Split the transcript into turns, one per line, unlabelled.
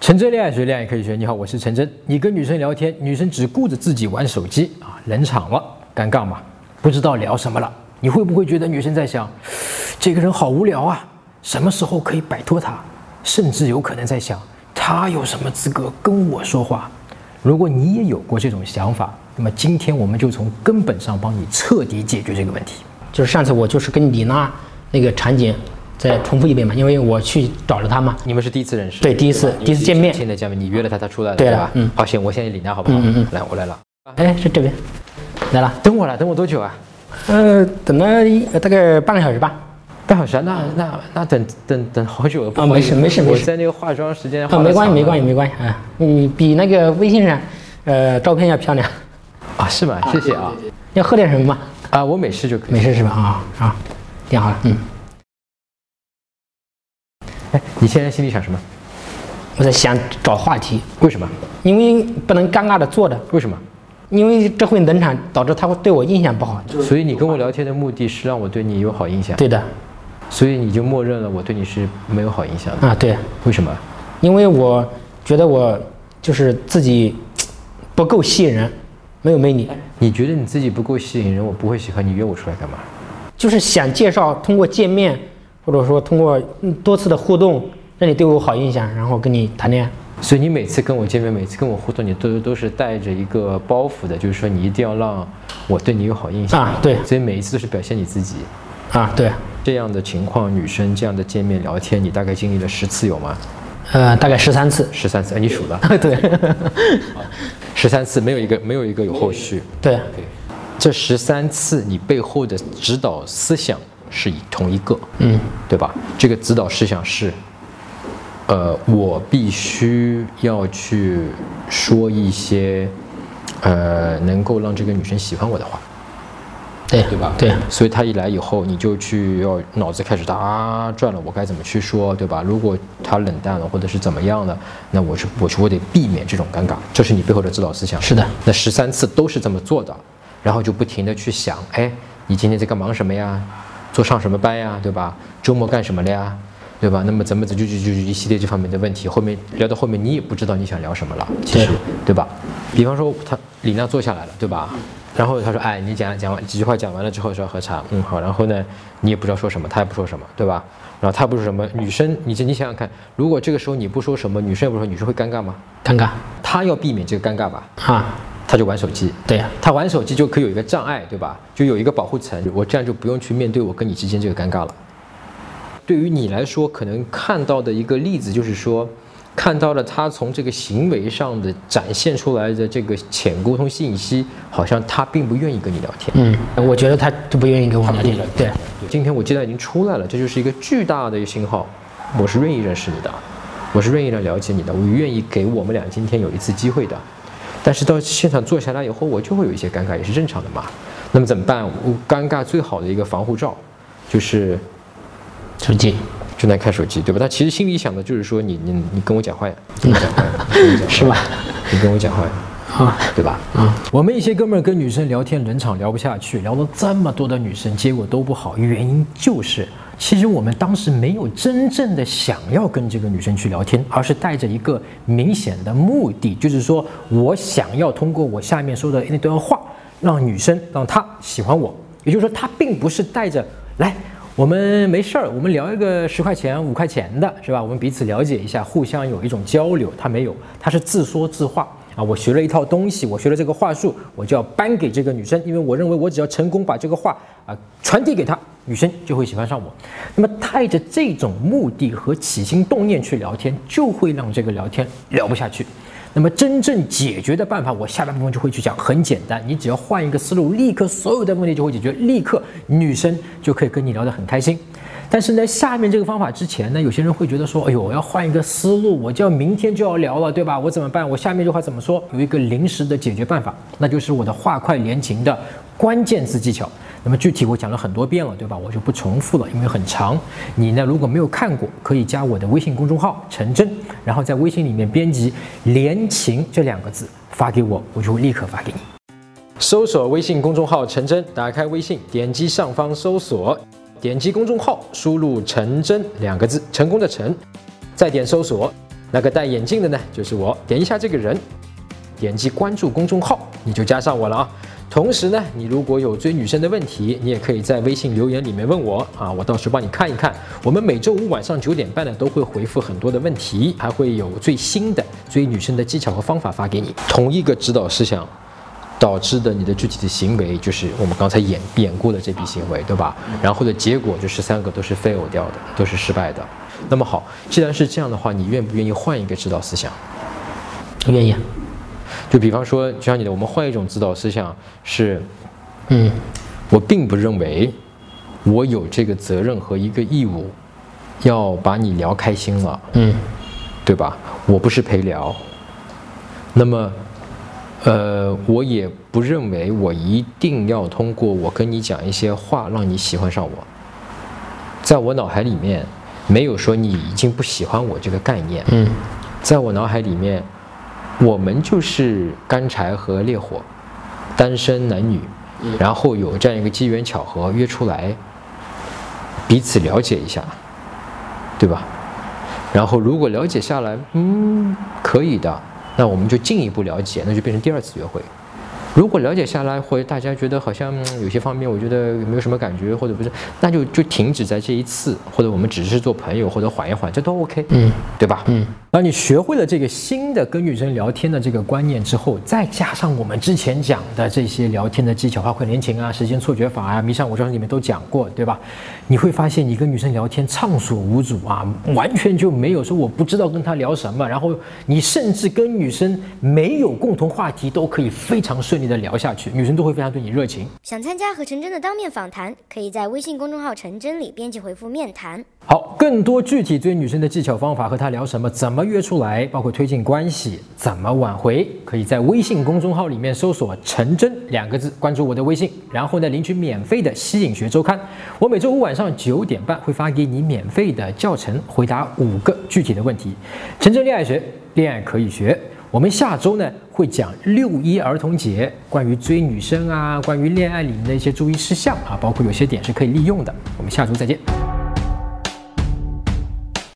陈真恋爱学，恋爱可以学。你好，我是陈真。你跟女生聊天，女生只顾着自己玩手机啊，冷场了，尴尬吗？不知道聊什么了。你会不会觉得女生在想，这个人好无聊啊，什么时候可以摆脱他？甚至有可能在想，他有什么资格跟我说话？如果你也有过这种想法，那么今天我们就从根本上帮你彻底解决这个问题。
就是上次我就是跟李娜那个场景再重复一遍嘛，因为我去找了她嘛。
你们是第一次认识？
对第一次
吧
第一次见面
现在见面，你约了他，他出来了，
对了
吧？
嗯
好，行，我现在理他好不好？嗯嗯，来，我来了。
哎，是这边，来了。
等我了，等我多久啊？
呃，等了一大概半个小时吧。
半小时啊，那那那等等等好久了，不
啊
好意思
没事没事没事
我在那个化妆时间
啊，没关系，没关
系
系，没关系啊。你比那个微信上，呃，照片要漂亮。
啊，是吗？谢谢啊
要喝点什么吗？
啊，我没事就可以。
没事是吧？啊啊，点好了。嗯，
哎，你现在心里想什么？
我在想找话题，
为什么？
因为不能尴尬的坐着，
为什么？
因为这会冷场，导致他会对我印象不好。
所以你跟我聊天的目的是让我对你有好印象，
对的，
所以你就默认了我对你是没有好印象的。
啊对。
为什么？
因为我觉得我就是自己不够吸引人，没有魅力，
你觉得你自己不够吸引人，我不会喜欢你，约我出来干嘛？
就是想介绍通过见面，或者说通过嗯多次的互动，让你对我有好印象，然后跟你谈恋爱。
所以你每次跟我见面，每次跟我互动，你都都是带着一个包袱的，就是说你一定要让我对你有好印象
啊对
所以每一次都是表现你自己。
啊，对，
这样的情况，女生这样的见面聊天，你大概经历了十次有吗？
呃，大概十三次。
十三次，哎，你数了
对，
十三次，没有一个没有一个有后续。
对，
对，这十三次你背后的指导思想是一同一个，嗯，对吧？这个指导思想是，呃，我必须要去说一些，呃，能够让这个女生喜欢我的话。
对，
对吧？
对，
所以他一来以后，你就去要脑子开始啊转了，我该怎么去说，对吧？如果他冷淡了，或者是怎么样了，那我是我是我得避免这种尴尬，这是你背后的指导思想。
是的，
那十三次都是这么做的，然后就不停的去想，哎，你今天在干忙什么呀？做上什么班呀？对吧？周末干什么了呀？对吧？那么怎么怎就就就一系列这方面的问题，后面聊到后面你也不知道你想聊什么了，其实
对
对吧？比方说他李娜坐下来了，对吧？然后他说：“哎，你讲讲完几句话讲完了之后说要喝茶，嗯好。然后呢，你也不知道说什么，他也不说什么，对吧？然后他不说什么，女生你这你想想看，如果这个时候你不说什么，女生也不说，女生会尴尬吗？
尴尬
他要避免这个尴尬吧，
啊，
他就玩手机。
对呀、
他玩手机就可以有一个障碍，对吧？就有一个保护层，我这样就不用去面对我跟你之间这个尴尬了。对于你来说，可能看到的一个例子就是说，看到了他从这个行为上的展现出来的这个浅沟通信息，好像他并不愿意跟你聊天。
嗯，我觉得他就不愿意跟我
他
聊天
不愿意。
对，
今天我既然已经出来了，这就是一个巨大的一个信号，我是愿意认识你的，我是愿意来了解你的，我愿意给我们俩今天有一次机会的。但是到现场坐下来以后，我就会有一些尴尬，也是正常的嘛。那么怎么办？我尴尬最好的一个防护罩，就是
手机
就在看手机，对吧？他其实心里想的就是说你你你跟我讲话呀，你跟我讲话呀，
是吧？
你跟我讲话呀，
啊，
对吧？我们一些哥们儿跟女生聊天冷场聊不下去，聊了这么多的女生，结果都不好，原因就是。其实我们当时没有真正的想要跟这个女生去聊天，而是带着一个明显的目的，就是说我想要通过我下面说的那段话，让女生让她喜欢我。也就是说，她并不是带着来我们没事儿，我们聊一个十块钱、五块钱的，是吧？我们彼此了解一下，互相有一种交流。他没有，他是自说自话啊。我学了一套东西，我学了这个话术，我就要搬给这个女生，因为我认为我只要成功把这个话啊传递给她，女生就会喜欢上我。那么带着这种目的和起心动念去聊天，就会让这个聊天聊不下去。那么真正解决的办法，我下半部分就会去讲，很简单，你只要换一个思路，立刻所有的问题就会解决，立刻女生就可以跟你聊得很开心。但是呢，下面这个方法之前呢，有些人会觉得说，哎呦，我要换一个思路，我就要明天就要聊了，对吧？我怎么办？我下面这话怎么说？有一个临时的解决办法，那就是我的话快连情的关键字技巧。那么具体我讲了很多遍了，对吧？我就不重复了，因为很长。你呢，如果没有看过，可以加我的微信公众号“陈真”，然后在微信里面编辑“联情”这两个字发给我，我就会立刻发给你。搜索微信公众号“陈真”，打开微信，点击上方搜索，点击公众号，输入“陈真”两个字，成功的陈，再点搜索，那个戴眼镜的呢，就是我。点一下这个人，点击关注公众号，你就加上我了啊。同时呢，你如果有追女生的问题，你也可以在微信留言里面问我啊，我到时候帮你看一看。我们每周五晚上九点半呢，都会回复很多的问题，还会有最新的追女生的技巧和方法发给你。同一个指导思想。导致的你的具体的行为，就是我们刚才演演过的这笔行为，对吧？然后的结果就是三个都是 fail 掉的，都是失败的。那么好，既然是这样的话，你愿不愿意换一个指导思想？
愿意，
就比方说，就像你的，我们换一种指导思想是，
嗯，
我并不认为我有这个责任和一个义务要把你聊开心了，
嗯，
对吧？我不是陪聊，那么。呃，我也不认为我一定要通过我跟你讲一些话让你喜欢上我，在我脑海里面没有说你已经不喜欢我这个概念，
嗯，
在我脑海里面，我们就是干柴和烈火，单身男女，然后有这样一个机缘巧合约出来，彼此了解一下，对吧？然后如果了解下来，嗯，可以的，那我们就进一步了解，那就变成第二次约会。如果了解下来，或者大家觉得好像嗯有些方面，我觉得没有什么感觉，或者不是，那就就停止在这一次，或者我们只是做朋友，或者缓一缓，这都 OK，
嗯，
对吧？
嗯。
当你学会了这个新的跟女生聊天的这个观念之后，再加上我们之前讲的这些聊天的技巧，包括恋情啊、时间错觉法啊、迷上我装里面都讲过，对吧？你会发现你跟女生聊天畅所无阻啊，完全就没有说我不知道跟她聊什么，然后你甚至跟女生没有共同话题都可以非常顺利的聊下去，女生都会非常对你热情。
想参加和陈真的当面访谈，可以在微信公众号“陈真”里编辑回复“面谈”。
好，更多具体追女生的技巧方法，和她聊什么，怎么约出来，包括推进关系，怎么挽回，可以在微信公众号里面搜索“陈真”两个字，关注我的微信，然后呢领取免费的《吸引学周刊》，我每周五晚上九点半会发给你免费的教程，回答五个具体的问题。陈真恋爱学，恋爱可以学。我们下周呢会讲六一儿童节，关于追女生啊，关于恋爱里面的一些注意事项啊，包括有些点是可以利用的。我们下周再见。